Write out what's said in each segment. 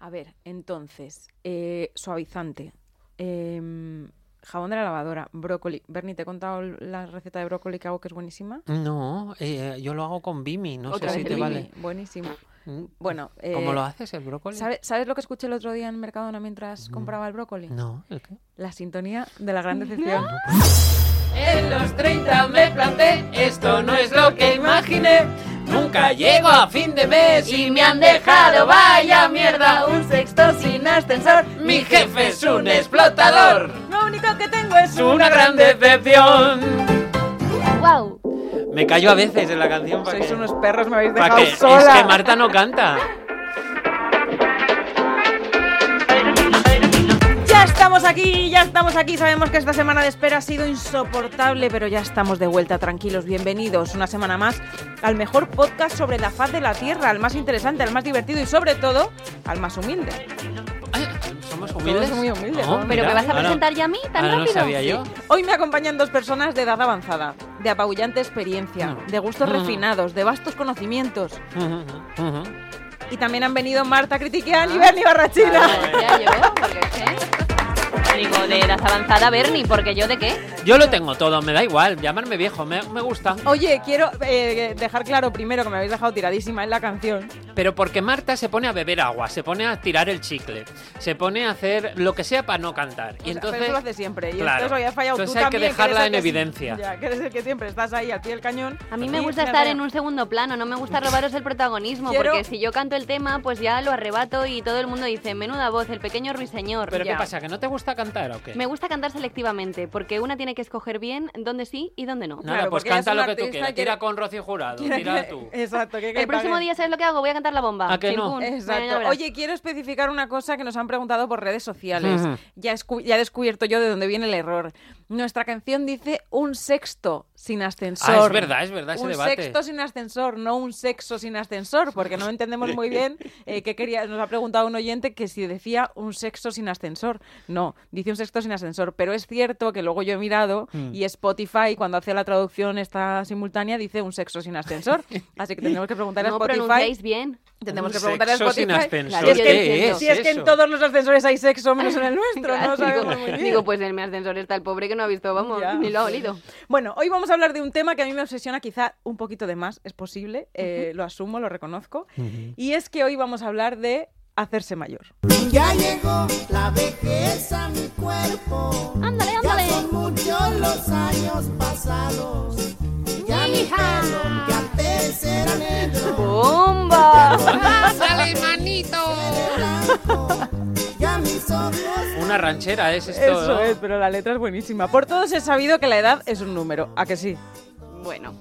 A ver, entonces, eh, suavizante, em, jabón de la lavadora, brócoli. Bernie, ¿te he contado l- la receta de brócoli que hago que es buenísima? No, eh, yo lo hago con Bimi, no Otra sé si vez te Bimi, vale. Buenísimo. Mm, Bueno, ¿Cómo eh, lo haces el brócoli? ¿sabe- ¿sabes lo que escuché el otro día en Mercadona mientras compraba el brócoli? No, ¿el qué? La sintonía de la gran decepción. En los 30 me planté, esto no es lo que imaginé. Nunca llego a fin de mes y me han dejado vaya mierda. un sexto sin ascensor. Mi jefe es un explotador, Lo único que tengo es es una gran decepción. ¡Wow! Me callo a veces en la canción para Sois que, unos perros, me habéis pa' dejado que- sola. es que Marta no canta. Ya estamos aquí, ya estamos aquí. Sabemos que esta semana de espera ha sido insoportable, pero ya estamos de vuelta, tranquilos. Bienvenidos una semana más al mejor podcast sobre la faz de la Tierra, al más interesante, al más divertido y sobre todo al más humilde. Ay, Somos humildes. muy humildes, Oh, ¿no? ¿Pero mira, me vas a ahora- presentar ya a mí tan ahora rápido? no sabía yo. Hoy me acompañan dos personas de edad avanzada, de apabullante experiencia, Mm. de gustos Mm. refinados, de vastos conocimientos. Ujú, ujú, ujú. Y también han venido Marta Critiquian y Bernie Barrachina. Ya yo, porque ¿eh? ¿qué? Digo, de edad avanzada, Bernie, porque yo de qué? Yo lo tengo todo, me da igual, llamarme viejo, me, me gusta. Oye, quiero eh, dejar claro primero que me habéis dejado tiradísima en la canción. Pero porque Marta se pone a beber agua, se pone a tirar el chicle, se pone a hacer lo que sea para no O cantar. Y sea, pero entonces, eso lo hace siempre. Y claro. entonces hoy has fallado Entonces tú hay que también, eres dejarla el en que- evidencia. Ya, que eres el que siempre estás ahí al pie del cañón. A mí Y me gusta fíjate, estar en un segundo plano, no me gusta robaros el protagonismo, Quiero- porque si yo canto el tema, pues ya lo arrebato y todo el mundo dice, menuda voz, el pequeño ruiseñor. ¿pero ya. qué pasa? ¿Que no te gusta cantar o qué? Me gusta cantar selectivamente, porque una tiene que escoger bien dónde sí y dónde no. Nada, Claro, pues porque ella es canta una lo que tú artista quieras. que- Tira con Rocío Jurado, quiero tira que- tú. Exacto. Que, que El próximo paguen. día, ¿sabes lo que hago? Voy a cantar la bomba. ¿A que no? Chimpún. Bueno, ya Exacto. verás. Oye, quiero especificar una cosa que nos han preguntado por redes sociales. Ujú. ya, escu- ya he descubierto yo de dónde viene el error. Nuestra canción dice un sexto sin ascensor. Ah, es verdad, es verdad ese un debate. sexto sin ascensor, no un sexo sin ascensor, porque no entendemos muy bien eh, qué quería. Nos ha preguntado un oyente que si decía un sexo sin ascensor. No, dice un sexto sin ascensor. Pero es cierto que luego yo he mirado Mm. y Spotify, cuando hace la traducción esta simultánea, dice un sexo sin ascensor. Así que tenemos que preguntar a no Spotify. pronunciáis bien. Tenemos Un que preguntar a sexo Spotify. sin ascensor, Si es que, ¿qué si es que en eso? todos los ascensores hay sexo, menos en el nuestro, no sabemos muy digo, bien. digo, pues en mi ascensor está el pobre que no ha visto, vamos, Ya. ni lo ha olido. Bueno, hoy vamos a hablar de un tema que a mí me obsesiona quizá un poquito de más, es posible, eh, lo asumo, lo reconozco. Y es que hoy vamos a hablar de hacerse mayor. Ya llegó la vejez a mi cuerpo. Ándale, Ya ándale. son muchos los años pasados. Ya mi pelo, que antes era negro, ¡Bomba! es blanco. Ya mis ojos Una ranchera es esto. Eso ¿no? es, pero la letra es buenísima. Por todos he sabido que la edad es un número, ¿a que sí? Bueno,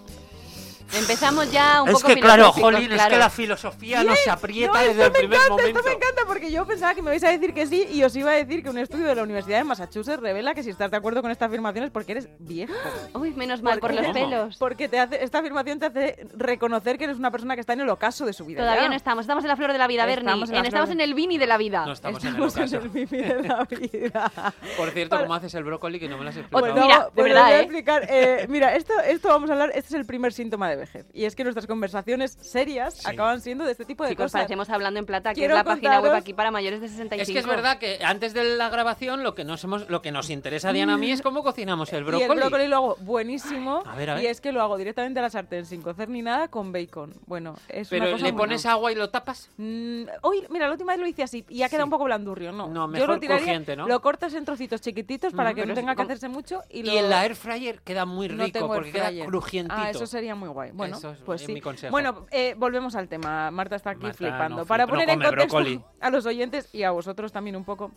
empezamos ya un Es poco que claro, filosóficos, Jolín, es claro. que la filosofía no se aprieta No, desde esto el me primer encanta, momento. esto me encanta, porque yo pensaba que me vais a decir que sí y os iba a decir que un estudio de la Universidad de Massachusetts revela que si estás de acuerdo con esta afirmación es porque eres viejo. Uy, menos mal, por Porque- los pelos. Porque te hace, esta afirmación te hace reconocer que eres una persona que está en el ocaso de su vida. Todavía ya. no estamos, estamos en la flor de la vida, Estamos Bernie. en la En- Estamos flor en de- el Vini de la vida. No estamos, en el Estamos en el ocaso. mimi de la vida. Por cierto, ¿cómo haces el brócoli que no me lo has Pues explicado? Bueno, mira, de pues lo verdad, voy a ¿eh? explicar. Eh, mira, esto, esto vamos a hablar, este es el primer síntoma de vejez. Y es que nuestras conversaciones serias Sí. acaban siendo de este tipo de Chicos, cosas. parecemos hablando en plata, que Quiero es la página web contaros- aquí para mayores de 65. Es que es verdad que antes de la grabación lo que nos hemos, lo que nos interesa a Diana y a mí es cómo cocinamos el Y brócoli. el brócoli lo hago buenísimo. A ver, a ver. Y es que lo hago directamente a la sartén, sin cocer ni nada, con bacon. Bueno, es una Pero cosa le muy pones buena. agua y lo tapas. Mm, hoy, mira, la última vez lo hice así y ha quedado un poco blandurrio, ¿no? No, Yo mejor lo tiraría, crujiente, ¿no? lo cortas en trocitos chiquititos para Mm, que pero no es tenga que como- hacerse mucho y, Y, lo... en la air fryer queda muy no rico tengo air porque queda fryer. crujientito. Ah, eso sería muy guay. Bueno, Eso es pues sí. mi consejo. Bueno, eh, volvemos al tema. Marta está aquí Marta flipando. no Para flipa, no poner en come contexto brócoli. a los oyentes y a vosotros también un poco.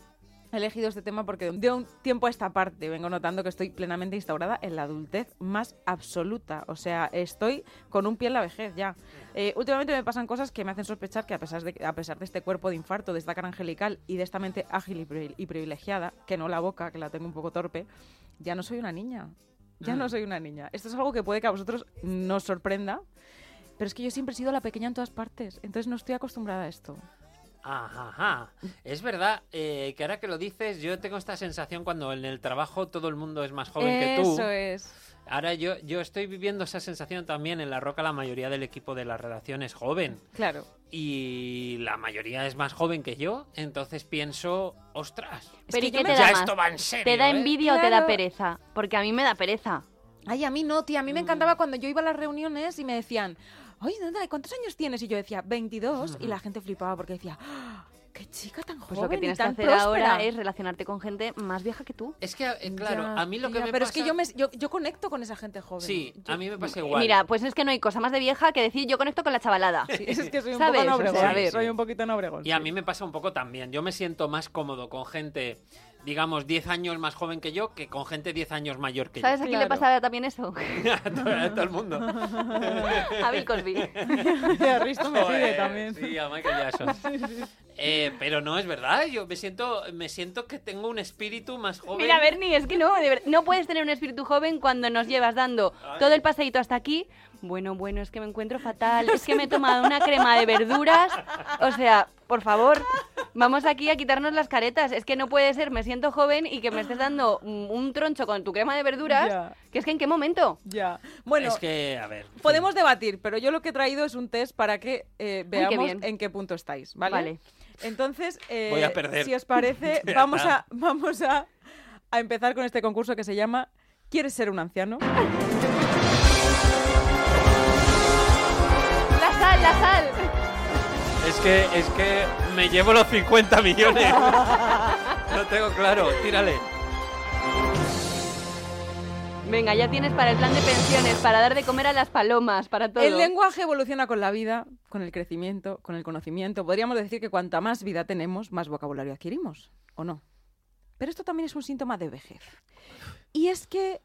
He elegido este tema porque de un tiempo a esta parte vengo notando que estoy plenamente instaurada en la adultez más absoluta. O sea, estoy con un pie en la vejez ya. Eh, últimamente me pasan cosas que me hacen sospechar que a pesar, de, a pesar de este cuerpo de infarto, de esta cara angelical y de esta mente ágil y privi- y privilegiada, que no la boca, que la tengo un poco torpe, ya no soy una niña. Ya Ah. no soy una niña. Esto es algo que puede que a vosotros nos sorprenda, pero es que yo siempre he sido la pequeña en todas partes, entonces no estoy acostumbrada a esto. Ajá, ajá. Es verdad eh, que ahora que lo dices, yo tengo esta sensación cuando en el trabajo todo el mundo es más joven que tú. Eso es. Ahora yo, yo estoy viviendo esa sensación también en La Roca, la mayoría del equipo de la redacción es joven Claro. y la mayoría es más joven que yo, entonces pienso, ostras, Pero ¿y yo qué me- te ya da esto más? va en serio. ¿Te da ¿eh? envidia o te da Claro. pereza? Porque a mí me da pereza. Ay, a mí no, tía. A mí me encantaba cuando yo iba a las reuniones y me decían, ay, Nanda, ¿cuántos años tienes? Y yo decía, 22. Y la gente flipaba porque decía, "Ah, qué chica tan Pues joven lo que y tienes que tan hacer próspera". ahora es relacionarte con gente más vieja que tú. Es que, eh, claro, Ya, a mí lo que tía, me Pero pasa... es que yo, me, yo, yo conecto con esa gente joven. Sí, Yo- a mí me pasa igual. Mira, pues es que no hay cosa más de vieja que decir yo conecto con la chavalada. Sí, es que soy un poco ¿Sabes? en O Obregón. sea, a ver. Soy un poquito en Obregón. Y a mí me pasa un poco también. Yo me siento más cómodo con gente, digamos, 10 años más joven que yo que con gente 10 años mayor que ¿Sabes a yo. quién le Claro. pasa también eso? a, todo, a todo el mundo. A Bill Cosby. Y a Risto me sigue Joder, también. Sí, a Michael Jackson. Eh, pero no, es verdad. Yo me siento, me siento que tengo un espíritu más joven. Mira, Bernie, es que no, de ver- no puedes tener un espíritu joven cuando nos llevas dando todo el paseíto hasta aquí. Bueno, bueno, es que me encuentro fatal, es que me he tomado una crema de verduras. O sea, por favor, vamos aquí a quitarnos las caretas. Es que no puede ser, me siento joven y que me estés dando un un troncho con tu crema de verduras. Ya. Que es que en qué momento. Ya. Bueno, Es que, a ver. podemos debatir, pero yo lo que he traído es un test para que eh, veamos bien. en qué punto estáis, ¿vale? Vale. Entonces, eh, Voy a perder. si os parece, Ya vamos, está. a, vamos a, a empezar con este concurso que se llama ¿Quieres ser un anciano? La sal, la sal. Es que, es que me llevo los 50 millones. Lo tengo claro. Tírale. Venga, ya tienes para el plan de pensiones, para dar de comer a las palomas, para todo. El lenguaje evoluciona con la vida, con el crecimiento, con el conocimiento. Podríamos decir que cuanta más vida tenemos, más vocabulario adquirimos, ¿o no? Pero esto también es un síntoma de vejez. Y es que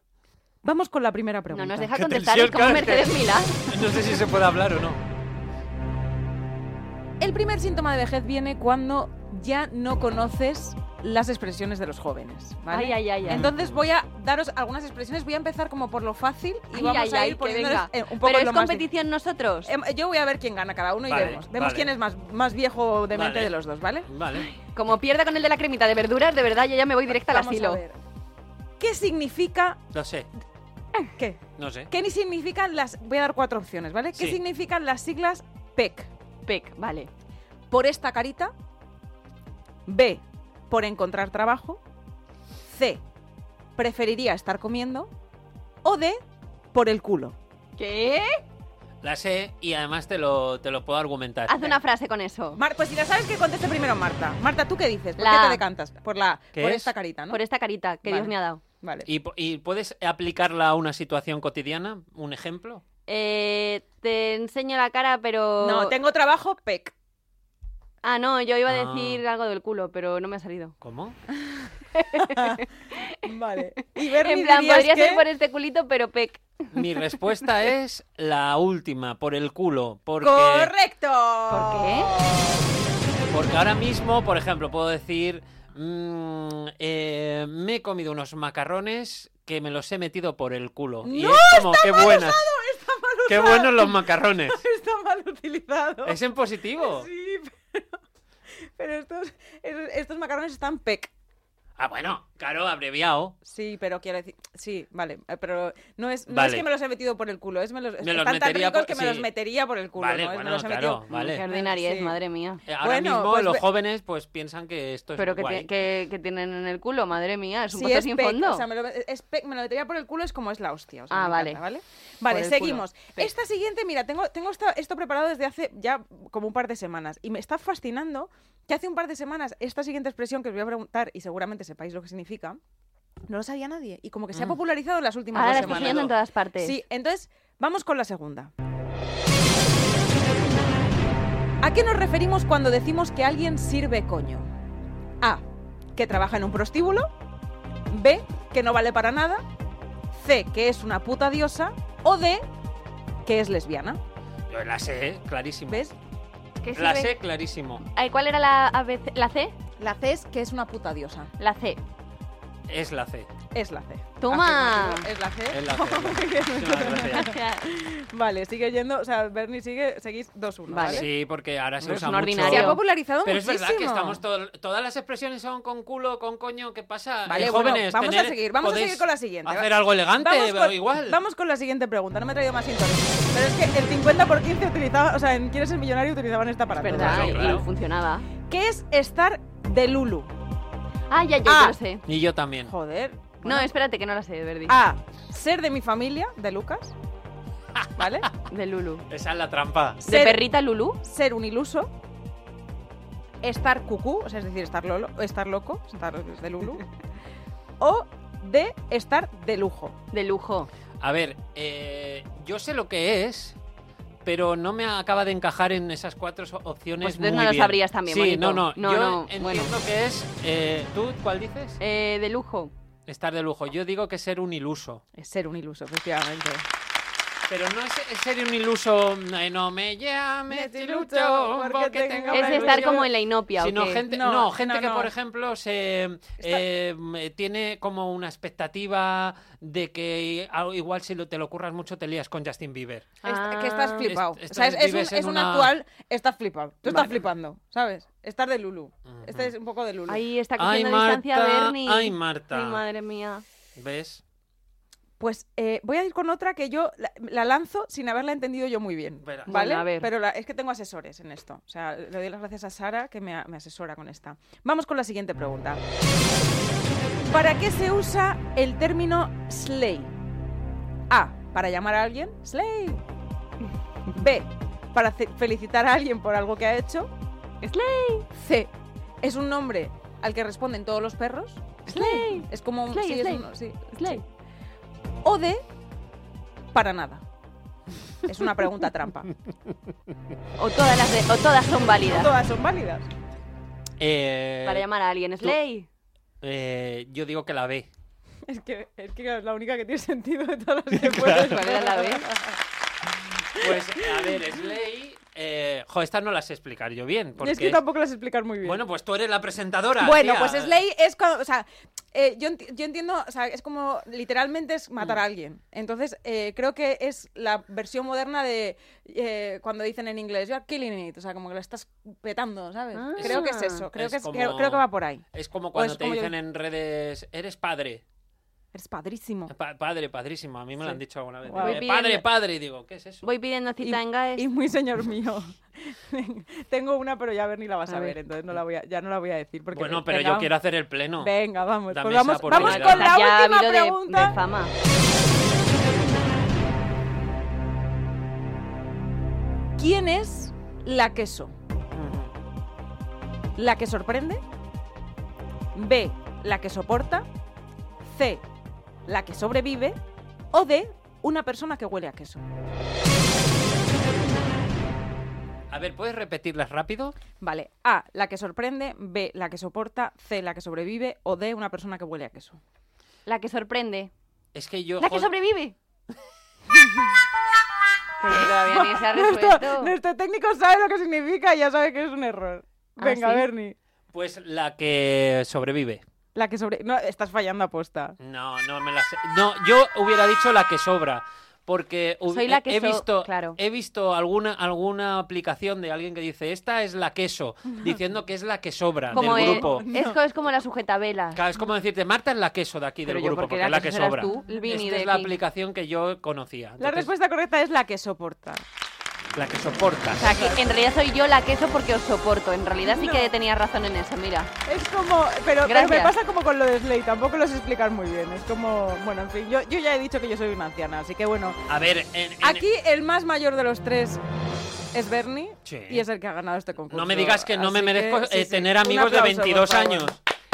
vamos con la primera pregunta. no nos deja Qué contestar, tensión, es como claro, es que- Mercedes Milán. No sé si se puede hablar o no. El primer síntoma de vejez viene cuando ya no conoces las expresiones de los jóvenes, ¿vale? Ay, ay, ay, ay. Entonces voy a daros algunas expresiones. Voy a empezar como por lo fácil y Ay, vamos ay, a ay, ir que poniéndoles venga. eh, un poco Pero lo es más difícil. competición nosotros. Em, Yo voy a ver quién gana cada uno y Vale, vemos. Vemos vale. quién es más, más viejo de mente Vale. de los dos, ¿vale? Vale. Como pierda con el de la cremita de verduras, de verdad, yo ya me voy directa al Vamos a asilo. ver. ¿Qué significa No sé. qué? No sé. ¿Qué ni significan las? Voy a dar cuatro opciones, ¿vale? ¿Qué Sí. significan las siglas PEC? Pec, vale. Por esta carita. B. Por encontrar trabajo. C. Preferiría estar comiendo. O D. Por el culo. ¿Qué? La sé y además te lo, te lo puedo argumentar. Haz una frase con eso. Mar- pues si la sabes que conteste primero Marta. Marta, ¿tú qué dices? ¿Por La qué A. te decantas? Por la ¿Qué por es? esta carita, ¿no? Por esta carita que Dios Vale. me ha dado. Vale. ¿Y, po- y puedes aplicarla a una situación cotidiana? ¿Un ejemplo? Eh, te enseño la cara, pero... No, tengo trabajo, PEC. Ah, no, yo iba a Ah. decir algo del culo, pero no me ha salido. ¿Cómo? Vale. Y Bernie en plan, dirías podría que- ser por este culito, pero pec. Mi respuesta es la última, por el culo. Porque, ¡Correcto! ¿Por qué? Oh. porque ahora mismo, por ejemplo, puedo decir, mm, eh, me he comido unos macarrones que me los he metido por el culo. y ¡No, es como, qué buenas, Está mal qué usado. buenos los macarrones. Está mal utilizado. Es en positivo. Sí, pero, pero estos, es- estos macarrones están pec. Ah, bueno, claro, abreviado. Sí, pero quiero decir, sí, vale, eh, pero no es, no Vale. es que me los he metido por el culo, es me los, Me los están tan metería ricos por- que me sí. los metería por el culo, ¿no? Vale, Es- me bueno, los he metido- claro, vale. Qué ordinaria es, Sí. madre mía. Eh, Ahora Bueno, mismo pues los ve- jóvenes pues piensan que esto es Pero que, guay. ti- que- que tienen en el culo, madre mía, es un Sí, pozo es sin pec, fondo. o sea, me lo, es pec, me lo metería por el culo, es como es la hostia. o sea, Ah, me vale. encanta, vale. Vale, el culo, seguimos. pec. Esta siguiente, mira, tengo, tengo esta- esto preparado desde hace ya como un par de semanas y me está fascinando que hace un par de semanas esta siguiente expresión que os voy a preguntar y seguramente sepáis lo que significa, no lo sabía nadie y como que se ha popularizado en las últimas Mm. dos Ahora la estoy semanas. siguiendo en todas partes. Sí, entonces vamos con la segunda. ¿A qué nos referimos cuando decimos que alguien sirve coño? A. Que trabaja en un prostíbulo. B. Que no vale para nada. C. Que es una puta diosa. O D. Que es lesbiana. Yo la sé, ¿eh? clarísimo. ¿Ves? ¿Qué La sirve? sé clarísimo. Ay, ¿Cuál era la ABC? ¿La C? La C es que es una puta diosa. La C. Es la C. Es la C. Toma. Afirmativo, Es la C. Es la C. Muchísimas gracias. Vale, sigue yendo. O sea, Bernie sigue, seguís 2-1. Vale. Vale. Sí, porque ahora se No es usa un mucho. Se ha ordinario. popularizado Pero es muchísimo. verdad que estamos todo- todas las expresiones son con culo, con coño, ¿qué pasa? Vale, Eh, bueno, jóvenes, vamos tener- a seguir, vamos a podéis seguir con la siguiente. Hacer algo elegante, pero con, igual. Vamos con la siguiente pregunta, no me he traído más sintonía. Pero es que el 50 por 15 utilizaba, o sea, en Quieres ser millonario utilizaban esta Es para verdad, Claro, y claro. funcionaba. todo. ¿Qué es estar de Lulu? Ah, ya, ya, Ah. yo lo sé. Y yo también. Joder. No, bueno. espérate, que no la sé, Verdi. A. Ser de mi familia, de Lucas. ¿Vale? De Lulu. Esa es la trampa. ¿De Ser- perrita Lulu? ser un iluso, estar cucú, o sea, es decir, estar, lolo- estar loco, estar de Lulu, o de estar de lujo. De lujo. A ver, eh, yo sé lo que es, pero no me acaba de encajar en esas cuatro so- opciones. Pues entonces muy no lo bien. sabrías también, Sí, no, bonito. no. No, yo no, entiendo bueno. que es. eh, ¿Tú cuál dices? Eh, de lujo. Estar de lujo. Yo digo que ser un iluso. Es ser un iluso, efectivamente. Pero no es, es ser un iluso. eh, no me llames iluso porque porque tengo tengo No, es pero estar yo- como en la inopia, ¿o sino qué? gente no, No, gente no, que no. por ejemplo se eh, m- tiene como una expectativa de que ah, igual si lo- te lo curras mucho te lías con Justin Bieber Est- que estás Ah. flipado. Est- o sea, es, es vives un, en es un una- actual, estás flipado. Tú estás Vale. flipando, ¿sabes? Estar de Lulu. Este Ujú. es un poco de Lulu. Ahí está ay cogiendo distancia Marta Bernie. ay Marta Ay, madre mía. ves Pues eh, voy a ir con otra que yo la, la lanzo sin haberla entendido yo muy bien. Verás. ¿Vale? Bueno, a ver. Pero la- es que tengo asesores en esto. O sea, le doy las gracias a Sara que me, a- me asesora con esta. Vamos con la siguiente pregunta. ¿Para qué se usa el término slay? A. Para llamar a alguien, slay. B. Para ce- felicitar a alguien por algo que ha hecho, slay. C. Es un nombre al que responden todos los perros. Slay. Es como un, Slay, Oh, sí, es slay. un- sí, Slay. o de para nada. Es una pregunta trampa. O todas, las de- o todas son válidas. Todas son válidas. Eh, Para llamar a alguien, Slay. eh, yo digo que la B Es que, es que es la única que tiene sentido de todas las que puedes. ¿Cuál era la B? pues a ver Slay eh, jo estas no las sé explicar yo bien porque Es que tampoco las explicar muy bien. bueno pues tú eres la presentadora Bueno, tía. pues Slay es cuando, o sea, eh, yo, enti- yo entiendo, o sea, es como literalmente es matar a alguien. Entonces, eh, creo que es la versión moderna de eh, cuando dicen en inglés, you're killing it, o sea, como que lo estás petando, ¿sabes? Ah. creo que es eso, creo, Es que es- como- creo, creo que va por ahí. es como cuando Pues te como yo- dicen en redes eres padre Eres padrísimo. Pa- padre, padrísimo, a mí me lo han dicho alguna vez. Guau. Eh, Voy pidiendo- padre, padre, y digo, ¿qué es eso? Voy pidiendo Y- cita en GAES. Y muy señor mío. Tengo una, pero ya ver ni la vas A a, ver. ver, entonces no la voy a, ya no la voy a decir porque bueno, pero venga, yo quiero hacer el pleno. Venga, vamos. Dame Pues esa vamos, oportunidad. vamos con la Ya ha última habido de- pregunta. de fama. ¿Quién es la queso? ¿La que sorprende? ¿B, la que soporta? ¿C, la que sobrevive? ¿O D, una persona que huele a queso? A ver, ¿puedes repetirlas rápido? Vale, A, la que sorprende, B, la que soporta, C, la que sobrevive o D, una persona que huele a queso. La que sorprende. Es que yo. La que jod- sobrevive. Pero todavía ni se ha Nuestro, resuelto. nuestro técnico sabe lo que significa y ya sabe que es un error. Ah, Venga, ¿sí? Bernie. Pues la que sobrevive. La que sobre... No, estás fallando aposta. No, no me la sé. No, yo hubiera dicho la que sobra. Porque hub- Soy la he- que he so- visto, claro. he visto alguna, alguna aplicación de alguien que dice esta es la queso, diciendo que es la que sobra Como del el- grupo. es, co- es como la sujetabelas. Claro, es como decirte Marta es la queso de aquí del Pero yo, grupo, ¿por qué porque la es la queso que serás sobra. tú, el Vini Esta de es la aquí? aplicación que yo conocía. La Entonces, respuesta correcta es la que soporta. La que soporta. O sea, que en realidad soy yo la queso porque os soporto. En realidad sí que No. tenía razón en eso, mira. Es como... Pero, pero me Gracias. pasa como con lo de Slay, tampoco los explican muy bien. Es como... Bueno, en fin, yo, yo ya he dicho que yo soy una anciana, así que bueno. A ver, en- en- Aquí el más mayor de los tres es Bernie Sí. y es el que ha ganado este concurso. no me digas que no me Así merezco sí, eh, sí. tener Un amigos de aplauso, por 22 favor. años,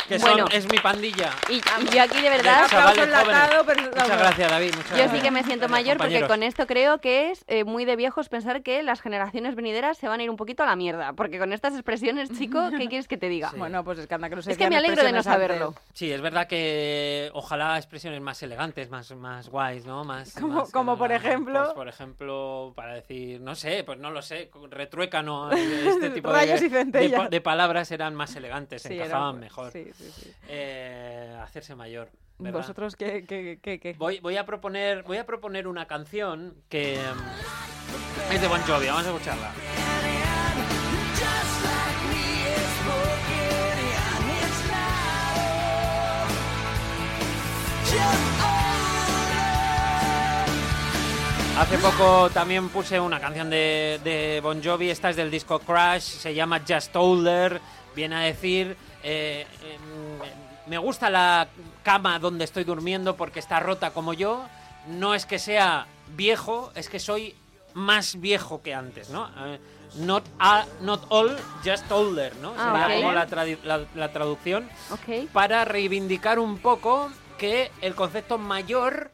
que Bueno. son, es mi pandilla. Y, y yo aquí de de verdad, Aplauso chavales enlatado, jóvenes. pero- Muchas gracias, David. muchas yo gracias. sí que me siento Gracias, mayor porque compañeros. con esto creo que es eh, muy de viejos pensar que las generaciones venideras se van a ir un poquito a la mierda. Porque con estas expresiones, chico, ¿qué quieres que te diga? Sí. Bueno, pues es que anda que no se Es que me decían alegro de no expresiones antes. saberlo. Sí, es verdad que ojalá expresiones más elegantes, más, más guays, ¿no? Más, Como- más- como por ah, ejemplo. pues, por ejemplo, para decir, no sé, pues no lo sé, retruécano, este tipo de- Rayos y de, centellas. pa- de palabras eran más elegantes, Sí, encajaban era- mejor. sí, sí, sí. Eh, hacerse mayor. ¿verdad? ¿Vosotros qué, qué, qué, qué? Voy, voy, a proponer, voy a proponer una canción que mm, es de Bon Jovi, vamos a escucharla. Hace poco también puse una canción de, de Bon Jovi, esta es del disco Crash, se llama Just Older, viene a decir, eh, em, me gusta la cama donde estoy durmiendo porque está rota como yo, no es que sea viejo, es que soy más viejo que antes, ¿no? Eh, not, a- not all, just older, ¿no? Ah, Sería ok. como la tradi- la- la traducción Ok. para reivindicar un poco que el concepto mayor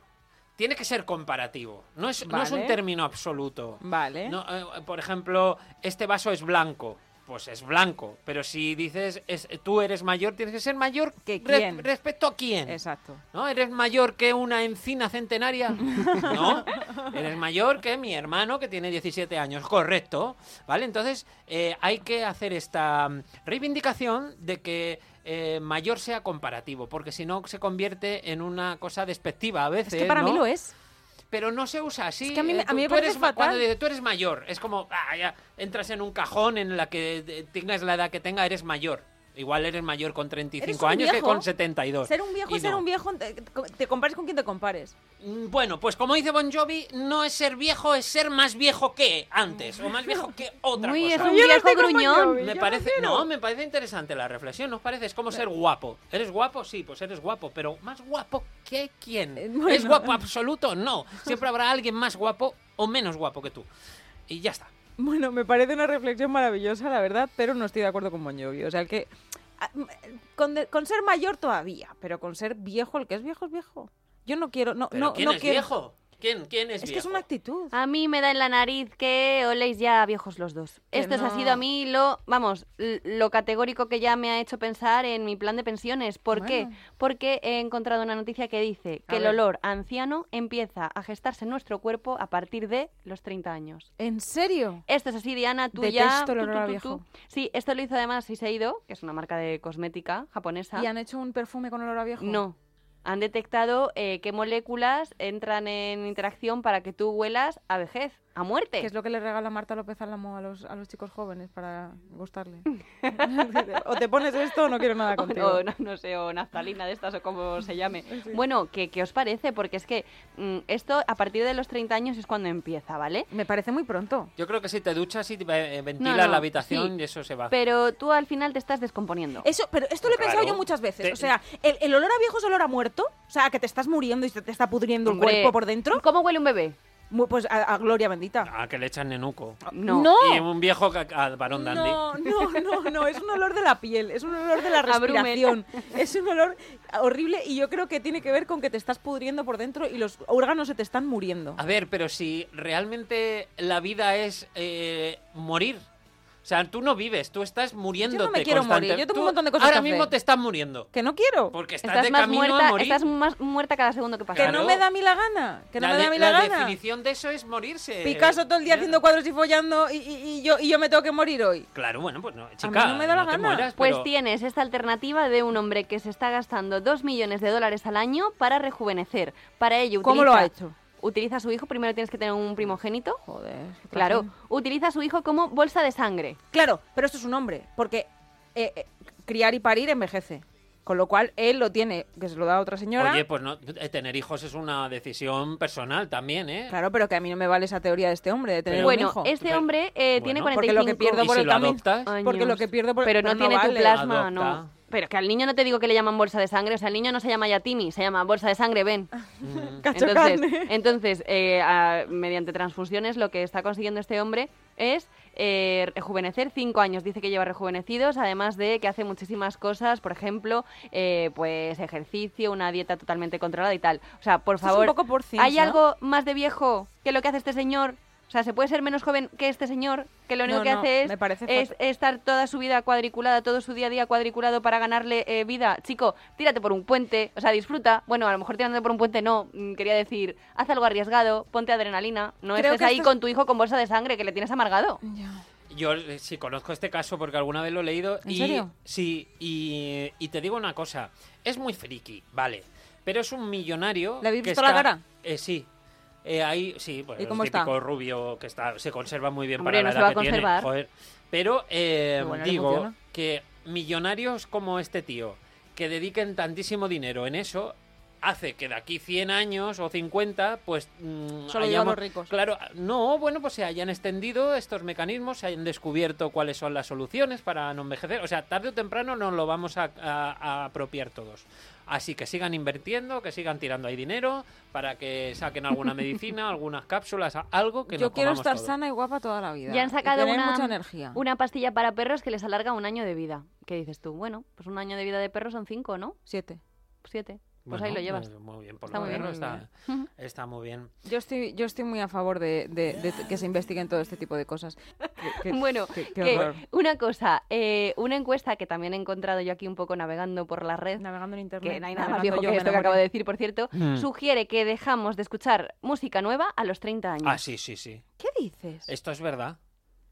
tiene que ser comparativo. No es, no es un Vale. término absoluto. Vale. No, eh, por ejemplo, este vaso es blanco. Pues es blanco. Pero si dices es- tú eres mayor, tienes que ser mayor ¿Que re- quién? respecto a quién. Exacto. ¿No? ¿Eres mayor que una encina centenaria? No. Eres mayor que mi hermano que tiene 17 años. Correcto. ¿Vale? Entonces eh, hay que hacer esta mm, reivindicación de que eh, mayor sea comparativo, porque si no se convierte en una cosa despectiva a veces. Es que para mí ¿no? lo es. Pero no se usa así. Es que a mí me- Eh, a mí me tú- tú eres parece ma- fatal. Cuando dices, tú eres mayor, es como ah, ya, entras en un cajón en la que eh, tengas la edad que tenga, eres mayor. Igual eres mayor con 35 un años que viejo. con 72. Ser un viejo Y es ser no. un viejo. Te, te compares con quien te compares. Mm, Bueno, pues como dice Bon Jovi, no es ser viejo, es ser más viejo que antes, o más viejo que otra Uy, es cosa. un Yo no viejo tengo gruñón. Bon Jovi. Me yo parece, prefiero. no, me parece interesante la reflexión, ¿no os parece? Es como ser guapo. ¿Eres guapo? Sí, pues eres guapo, pero ¿más guapo que quién? Eh, bueno. ¿Es guapo absoluto? No. Siempre habrá alguien más guapo o menos guapo que tú. Y ya está. Bueno, me parece una reflexión maravillosa, la verdad, pero no estoy de acuerdo con Bon Jovi. O sea, el que. ah, m- Con, de- con ser mayor todavía, pero con ser viejo, el que es viejo es viejo. Yo no quiero. No, Pero no, ¿quién no es quiero- viejo? ¿Quién, quién es, Es que viejo? es una actitud. A mí me da en la nariz que oléis ya viejos los dos. Que Esto ha no. sido a mí lo, vamos, l- lo categórico que ya me ha hecho pensar en mi plan de pensiones. ¿Por qué? Bueno. Porque he encontrado una noticia que dice que A el ver. olor a anciano empieza a gestarse en nuestro cuerpo a partir de los 30 años. ¿En serio? Esto es así, Diana, tú ya... Detesto el tú, olor tú, a tú, viejo. tú. Sí, esto lo hizo además Shiseido, que es una marca de cosmética japonesa. ¿Y han hecho un perfume con olor a viejo? No. Han detectado eh, qué moléculas entran en interacción para que tú huelas a vejez, a muerte. Que es lo que le regala Marta López Álamo a los, a los chicos jóvenes para gustarle. o te pones esto o no quiero nada O- contigo. o no, no sé, o naftalina de estas o como se llame. Bueno, ¿qué, qué os parece? Porque es que mm, esto a partir de los 30 años es cuando empieza, ¿vale? Me parece muy pronto. Yo creo que si te duchas y te, eh, ventilas No, no, la habitación sí. y eso se va. Pero tú al final te estás descomponiendo. Eso, pero esto lo he Claro. pensado yo muchas veces. Te- O sea, el, el olor a viejo es olor a muerto. O sea, que te estás muriendo y se te está pudriendo Hombre, el cuerpo por dentro. ¿Cómo huele un bebé? Mu- Pues a, a gloria bendita. Ah, que le echan nenuco. No. Y un viejo ca- al varón dandy. No, no, no, no, es un olor de la piel, es un olor de la A brumen. respiración, es un olor horrible y yo creo que tiene que ver con que te estás pudriendo por dentro y los órganos se te están muriendo. Ah. A ver, pero si realmente la vida es eh, morir. O sea, tú no vives, tú estás muriéndote quiero constante. morir, yo tengo un Tú montón de cosas Ahora que mismo hacer. te estás muriendo. Que no quiero. Porque estás, Estás de más camino a muerta, morir. estás más muerta cada segundo que pasa. Que Claro. no me da a mí la gana. Que no la me da de- a mí la, la gana. definición de eso es morirse. Picasso todo el día Ya. haciendo cuadros y follando y, y- y yo, y yo me tengo que morir hoy. Claro, bueno, pues no, chica, no me da la te gana. mueras, Pues pero- tienes esta alternativa de un hombre que se está gastando 2 millones de dólares al año para rejuvenecer. Para ello ¿Cómo utiliza- lo ha hecho? Utiliza a su hijo, primero tienes que tener un primogénito. Joder. qué Claro, tragedia. utiliza a su hijo como bolsa de sangre. Claro, pero esto es un hombre, porque eh, eh, criar y parir envejece. Con lo cual él lo tiene, que se lo da a otra señora. Oye, pues no, eh, tener hijos es una decisión personal también, ¿eh? Claro, pero que a mí no me vale esa teoría de este hombre de tener bueno, un hijo. este Pero- hombre eh, tiene Bueno, porque 45 lo que pierdo ¿Y por si el lo camino. adoptas? Ah. Porque años. lo que pierdo por Pero no pero tiene vale. tu plasma, Adopta. no. Pero que al niño no te digo que le llaman bolsa de sangre, o sea, al niño no se llama Yatini, se llama bolsa de sangre, ven. Cacho Entonces, carne. entonces eh, a- mediante transfusiones, lo que está consiguiendo este hombre es eh, rejuvenecer cinco años. Dice que lleva rejuvenecidos, además de que hace muchísimas cosas, por ejemplo, eh, pues ejercicio, una dieta totalmente controlada y tal. O sea, por Esto es un favor, poco por Sims, ¿hay ¿no? algo más de viejo que lo que hace este señor? O sea, ¿se puede ser menos joven que este señor? Que lo único No, que no, hace es, me parece es fatal. estar toda su vida cuadriculada, todo su día a día cuadriculado para ganarle eh, vida. Chico, tírate por un puente, o sea, disfruta. Bueno, a lo mejor tirándote por un puente no, mm, quería decir, haz algo arriesgado, ponte adrenalina, no Creo estés que ahí esto- con tu hijo con bolsa de sangre que le tienes amargado. Yo Yo eh, sí conozco este caso porque alguna vez lo he leído. ¿En y, serio? Sí, y, y te digo una cosa. Es muy friki, vale. Pero es un millonario. ¿Le habéis que visto la está- cara? eh, sí. Eh, ahí, sí, bueno, ¿Y es cómo el está? típico rubio que está, se conserva muy bien Hombre, para no la se edad va a que tiene, conservar. joder. Pero eh, Pero bueno, le digo funciona. que millonarios como este tío, que dediquen tantísimo dinero en eso, hace que de aquí 100 años o 50, pues... mm, Solo llegan hayamos- los ricos. Claro, no, bueno, pues se hayan extendido estos mecanismos, se hayan descubierto cuáles son las soluciones para no envejecer. O sea, tarde o temprano nos lo vamos a, a- a apropiar todos. Así que sigan invirtiendo, que sigan tirando ahí dinero para que saquen alguna medicina, algunas cápsulas, a- algo que Yo nos quiero comamos estar todos. sana y guapa toda la vida. Ya han y sacado tener una, mucha energía. una pastilla para perros que les alarga un año de vida. ¿Qué dices tú? Bueno, pues un año de vida de perros son cinco, ¿no? Siete. Siete. Pues Bueno, ahí lo llevas. pues Muy bien, por Está lo muy bien, menos muy está, está muy bien. Yo estoy, yo estoy muy a favor de, de- de t- que se investiguen todo este tipo de cosas. Que- que- Bueno, que- qué horror. Que, una cosa, eh, una encuesta que también he encontrado yo aquí un poco navegando por la red, Navegando en internet. que no hay nada más navegando yo viejo que me esto que acabo de enamoré. decir, por cierto, Mm. sugiere que dejamos de escuchar música nueva a los 30 años. Ah, sí, sí, sí. ¿Qué dices? Esto es verdad.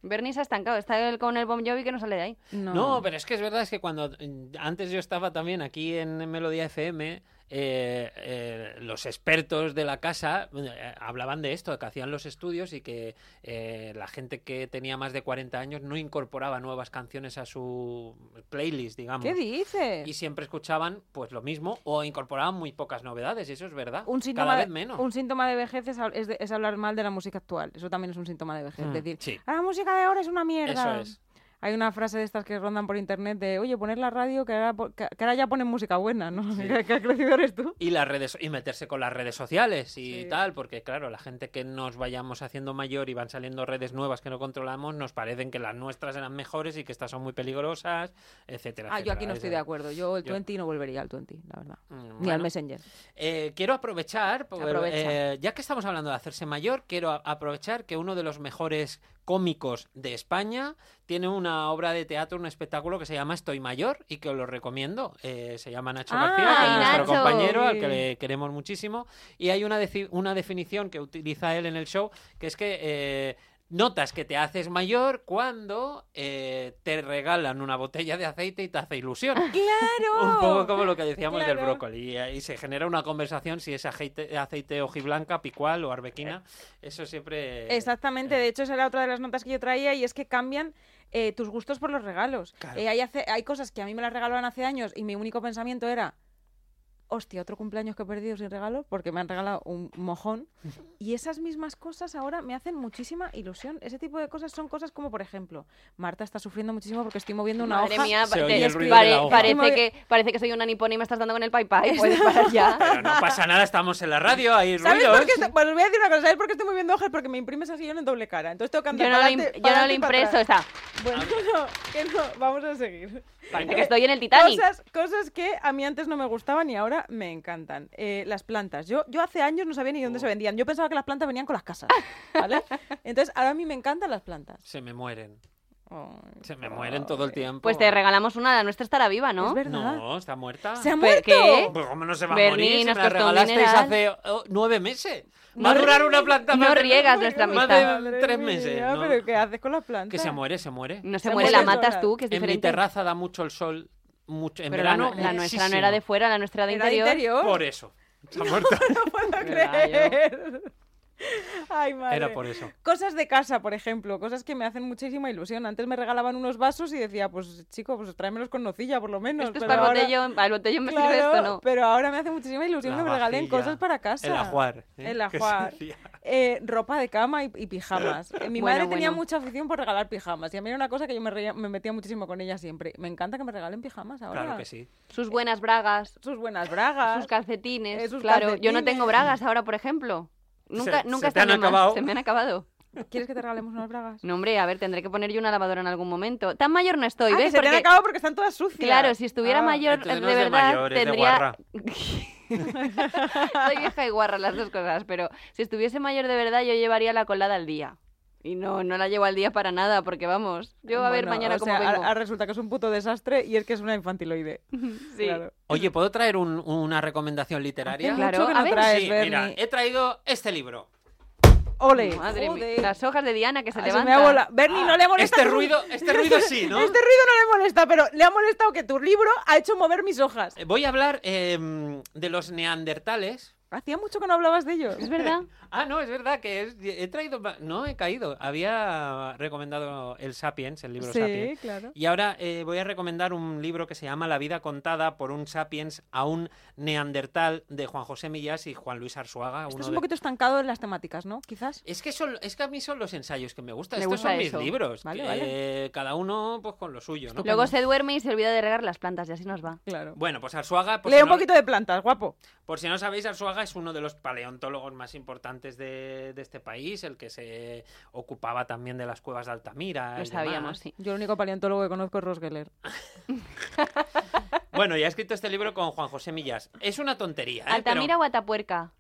Bernie se ha estancado, está él con el Bon Jovi que no sale de ahí. No, No, pero es que es verdad, es que cuando mm, antes yo estaba también aquí en Melodía FM, eh, eh, los expertos de la casa eh, hablaban de esto, que hacían los estudios y que eh, la gente que tenía más de 40 años no incorporaba nuevas canciones a su playlist, digamos. ¿Qué dices? y siempre escuchaban pues lo mismo o incorporaban muy pocas novedades, y eso es verdad. un síntoma, Cada vez de- menos. un síntoma de vejez es, hab- es de- es hablar mal de la música actual. Eso también es un síntoma de vejez. Mm, decir, sí. "Ah, la música de ahora es una Eso mierda. es. Hay una frase de estas que rondan por internet de, oye, poner la radio que ahora, po- que que ahora ya ponen música buena, ¿no? Sí. ¿Qué, qué crecido eres tú? y las redes y meterse con las redes sociales y Sí. tal porque claro la gente que nos vayamos haciendo mayor y van saliendo redes nuevas que no controlamos nos parecen que las nuestras eran mejores y que estas son muy peligrosas etcétera Ah, yo aquí no estoy de etcétera. acuerdo. Yo el Yo- 20 no volvería al 20, la verdad. Mm, Ni al bueno. Messenger. Eh, quiero aprovechar, por- Aprovecha. eh, ya que estamos hablando de hacerse mayor, quiero a- aprovechar que uno de los mejores cómicos de España tiene una obra de teatro, un espectáculo que se llama Estoy Mayor y que os lo recomiendo. Eh, se llama Nacho Ah, García, que es ¡ay, nuestro Nacho! compañero, al que Sí. le queremos muchísimo. Y hay una, deci- una definición que utiliza él en el show, que es que... eh, Notas que te haces mayor cuando eh, te regalan una botella de aceite y te hace ilusión. ¡Claro! Un poco como lo que decíamos del Claro. brócoli. Y ahí se genera una conversación si es aceite, aceite ojiblanca, picual o arbequina. Eso siempre. eh. Exactamente, de hecho esa era otra de las notas que yo traía y es que cambian eh, tus gustos por los regalos. Claro. Eh, hay, hace- hay cosas que a mí me las regalaron hace años y mi único pensamiento era, hostia, otro cumpleaños que he perdido sin regalo porque me han regalado un mojón. y esas mismas cosas ahora me hacen muchísima ilusión. Ese tipo de cosas son cosas como, por ejemplo, Marta está sufriendo muchísimo porque estoy moviendo una Madre hoja. mía, Se pa- oye te- el ruido pare- de la hoja. Como- parece, que, parece que soy una nipona y me estás dando con el pai pai. Puedes parar ya. Pero no pasa nada, estamos en la radio, hay ¿Sabes ruidos. por qué? estoy- Pues os voy a decir una cosa, ¿sabes por qué estoy moviendo hojas? Porque me imprimes así yo en doble cara. Entonces tengo que andar Yo no lo, pa'lante, im- yo no lo pa'lante y pa' impreso, atrás. está. Bueno, no, que no, vamos a seguir. Parece que estoy en el Titanic. Cosas, cosas que a mí antes no me gustaban y ahora me encantan. Eh, las plantas. Yo, yo hace años no sabía ni dónde se vendían. Yo pensaba que las plantas venían con las casas. ¿Vale? Entonces, ahora a mí me encantan las plantas. Se me mueren. Ay, Se me mueren todo el tiempo. Pues te regalamos una, la nuestra estará viva, Es ¿no? verdad. No, está muerta. ¿Se ha Pero, muerto? ¿qué? Pues cómo no se va a Berni, morir, si me nos la costó un regalasteis dineral. hace oh, nueve meses. Va a No durar rie- una planta. no más de- riegas nuestra más amistad. de Madre tres mía, meses. ¿no? ¿Pero qué haces con las plantas? Que se muere, se muere. No se Se muere, la muere matas sola. tú, que es en mi diferente. terraza da mucho el sol. Mucho, en Pero la, verano, nu- la nuestra no muchísimo. era de fuera, la nuestra de ¿Era de interior. interior? Por eso. Está muerta. No puedo ¿Verdad, yo? creer. Ay, madre. Era por eso. Cosas de casa, por ejemplo, cosas que me hacen muchísima ilusión. Antes me regalaban unos vasos y decía, pues chico, pues tráemelos con nocilla, por lo menos. Esto es Pero para el ahora- botellón, para el botellón me Claro, sirve esto, ¿no? pero ahora me hace muchísima ilusión La que me regalen vajilla, cosas para casa. El ajuar. ¿eh? El Que se ajuar. decía. Eh, ropa de cama y, y pijamas. Eh, Mi Bueno, madre tenía bueno. mucha afición por regalar pijamas y a mí era una cosa que yo me, reía- me metía muchísimo con ella siempre. Me encanta que me regalen pijamas ahora. Claro que sí. Sus buenas bragas, Sus buenas bragas. sus calcetines. eh, sus claro, yo no calcetines. tengo bragas ahora, por ejemplo. Nunca, Se- nunca se te están han de más, acabado. Se me han acabado. ¿Quieres que te regalemos unas bragas? No, hombre, a ver, tendré que poner yo una lavadora en algún momento. Tan mayor no estoy, Ah, que ¿ves? se te han Porque- acabado porque están todas sucias. Claro, si estuviera Ah, mayor, entonces de no es de verdad, mayor, es de tendría... guarra. Soy vieja y guarra, las dos cosas, pero si estuviese mayor de verdad, yo llevaría la colada al día. Y no, no la llevo al día para nada, porque vamos, yo a ver Bueno, mañana o cómo sea, vengo. ahora resulta que es un puto desastre y es que es una infantiloide. Sí. Claro. Oye, ¿puedo traer un- una recomendación literaria? Hace Claro, mucho que a no ver. traes, Sí, eh, Berni. mira, he traído este libro. Ole. Madre mía. Joder. Las hojas de Diana que se Ah, levantan. me hago la- Bernie, no le molesta. Este tu- ruido, este ruido sí, ¿no? Este ruido no le molesta, pero le ha molestado que tu libro ha hecho mover mis hojas. Eh, Voy a hablar eh, de los neandertales. Hacía mucho que no hablabas de ellos. Es verdad. Ah, no, es verdad que es- he traído... ma- No, he caído. Había recomendado el Sapiens, el libro Sapiens. Sí, claro. Y ahora eh, voy a recomendar un libro que se llama La vida contada por un sapiens a un neandertal de Juan José Millás y Juan Luis Arzuaga. Estás uno un de- poquito estancado en las temáticas, ¿no? Quizás. Es que, son, es que a mí son los ensayos que me gustan. Me Estos gusta son eso. mis libros. Vale, que, vale. eh, Cada uno pues con lo suyo, ¿no? Luego se duerme y se olvida de regar las plantas y así nos va. Claro. Bueno, pues Arzuaga... por Lee si un no- poquito de plantas, guapo. Por si no sabéis, Arzuaga es uno de los paleontólogos más importantes de, de este país, el que se ocupaba también de las cuevas de Altamira. Lo y demás. sabíamos, sí. Yo el único paleontólogo que conozco es Rosgeller. Bueno, y ha escrito este libro con Juan José Millás. Es una tontería, ¿eh? Altamira Pero- o Atapuerca.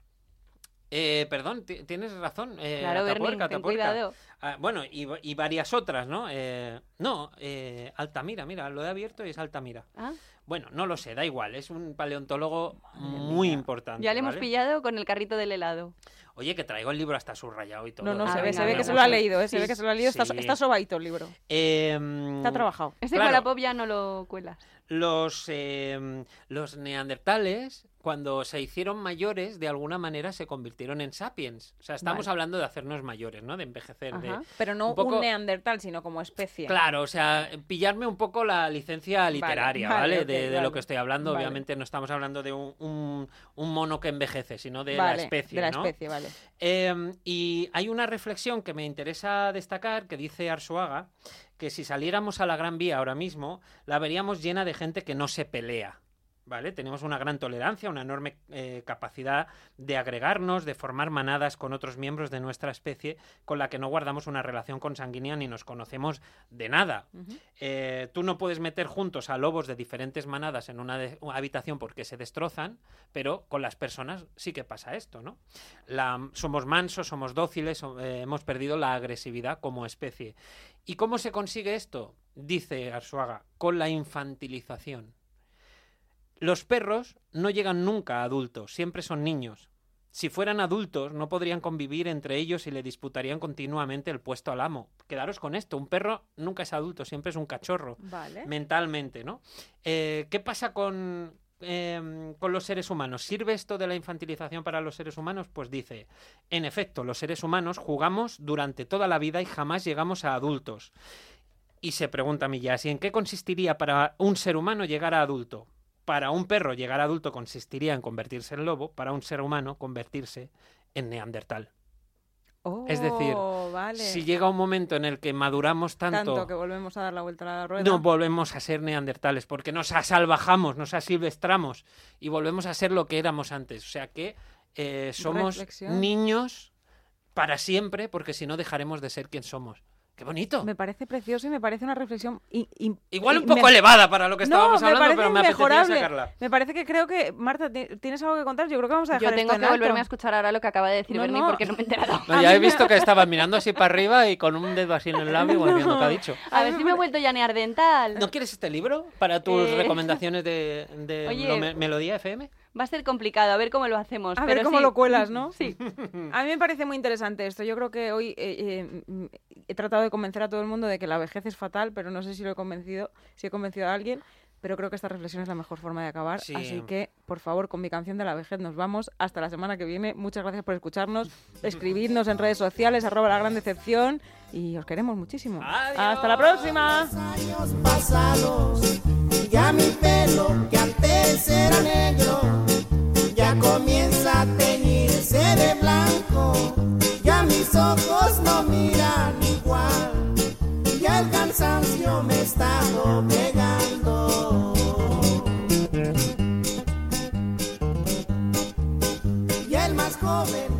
eh, perdón, ti- tienes razón. eh, Claro, Bernie, Atapuerca, ten Atapuerca. cuidado. Ah, bueno, y, va- y varias otras, ¿no? Eh, no, eh, Altamira, mira, lo he abierto y es Altamira. Ah, Bueno, no lo sé, da igual, es un paleontólogo muy importante. Ya le hemos ¿vale? pillado con el carrito del helado. Oye, que traigo el libro hasta subrayado y todo. No, no, Ah, se ve, venga, se ve venga, que se lo ha sí. leído, ¿eh? se Sí, ve que se lo ha leído. Está, sí. está sobaito el libro. Em, Está trabajado. Ese Claro. colapop ya no lo cuelas. los, eh, los neandertales, cuando se hicieron mayores, de alguna manera se convirtieron en sapiens. O sea, estamos Vale. hablando de hacernos mayores, ¿no? De envejecer. de- Ajá. Pero no Un poco- un neandertal, sino como especie. Claro, o sea, pillarme un poco la licencia literaria, vale, ¿vale? ok, de, de vale. lo que estoy hablando. Vale. Obviamente no estamos hablando de un, un- un mono que envejece, sino de Vale, la especie, De la ¿no? especie, vale. Eh, y hay una reflexión que me interesa destacar que dice Arsuaga, que si saliéramos a la Gran Vía ahora mismo, la veríamos llena de gente que no se pelea. ¿Vale? Tenemos una gran tolerancia, una enorme eh, capacidad de agregarnos, de formar manadas con otros miembros de nuestra especie con la que no guardamos una relación consanguínea ni nos conocemos de nada. Ujú. Eh, tú no puedes meter juntos a lobos de diferentes manadas en una, de- una habitación porque se destrozan, pero con las personas sí que pasa esto, ¿no? La- somos mansos, somos dóciles, so- eh, hemos perdido la agresividad como especie. ¿Y cómo se consigue esto? Dice Arsuaga, con la infantilización. Los perros no llegan nunca a adultos, siempre son niños. Si fueran adultos, no podrían convivir entre ellos y le disputarían continuamente el puesto al amo. Quedaros con esto, un perro nunca es adulto, siempre es un cachorro, Vale. mentalmente, ¿no? Eh, ¿Qué pasa con, eh, con los seres humanos? ¿Sirve esto de la infantilización para los seres humanos? Pues dice, en efecto, los seres humanos jugamos durante toda la vida y jamás llegamos a adultos. Y se pregunta Millás, ¿y en qué consistiría para un ser humano llegar a adulto? Para un perro llegar a adulto consistiría en convertirse en lobo, para un ser humano convertirse en neandertal. es decir, Oh, vale. Si llega un momento en el que maduramos tanto, Tanto que volvemos a dar la vuelta a la rueda. no volvemos a ser neandertales, porque nos asalvajamos, nos asilvestramos y volvemos a ser lo que éramos antes. O sea que eh, somos Reflexión. niños para siempre, porque si no dejaremos de ser quien somos. ¡Qué bonito! Me parece precioso y me parece una reflexión. in- in- Igual un in- poco me- elevada para lo que No, estábamos me hablando, parece pero me apetecía inmejorable. sacarla. Me parece que creo que, Marta, ti- ¿tienes algo que contar? Yo creo que vamos a dejar Yo tengo esto en que volverme a alto. escuchar ahora lo que acaba de decir No, Bernie no. porque no me he enterado. No, A ya mí he me- visto que estabas mirando así para arriba y con un dedo así en el labio y viendo que ha dicho. A ver si me he vuelto ya neardental. ¿No quieres este libro para tus Eh. recomendaciones de, de Oye. Melo- Melodía FM? Va a ser complicado, a ver cómo lo hacemos. A pero ver cómo sí. lo cuelas, ¿no? Sí. A mí me parece muy interesante esto. Yo creo que hoy eh, eh, mm, he tratado de convencer a todo el mundo de que la vejez es fatal, pero no sé si lo he convencido, si he convencido a alguien. Pero creo que esta reflexión es la mejor forma de acabar. Sí. Así que, por favor, con mi canción de la vejez nos vamos. Hasta la semana que viene. Muchas gracias por escucharnos. Escribidnos en redes sociales, arroba la gran decepción. Y os queremos muchísimo. Adiós. Hasta la próxima. años pasados, ya mi pelo que antes era negro, ya comienza a teñirse de blanco, ya mis ojos no miran igual, ya el cansancio me está pegando. Y el más joven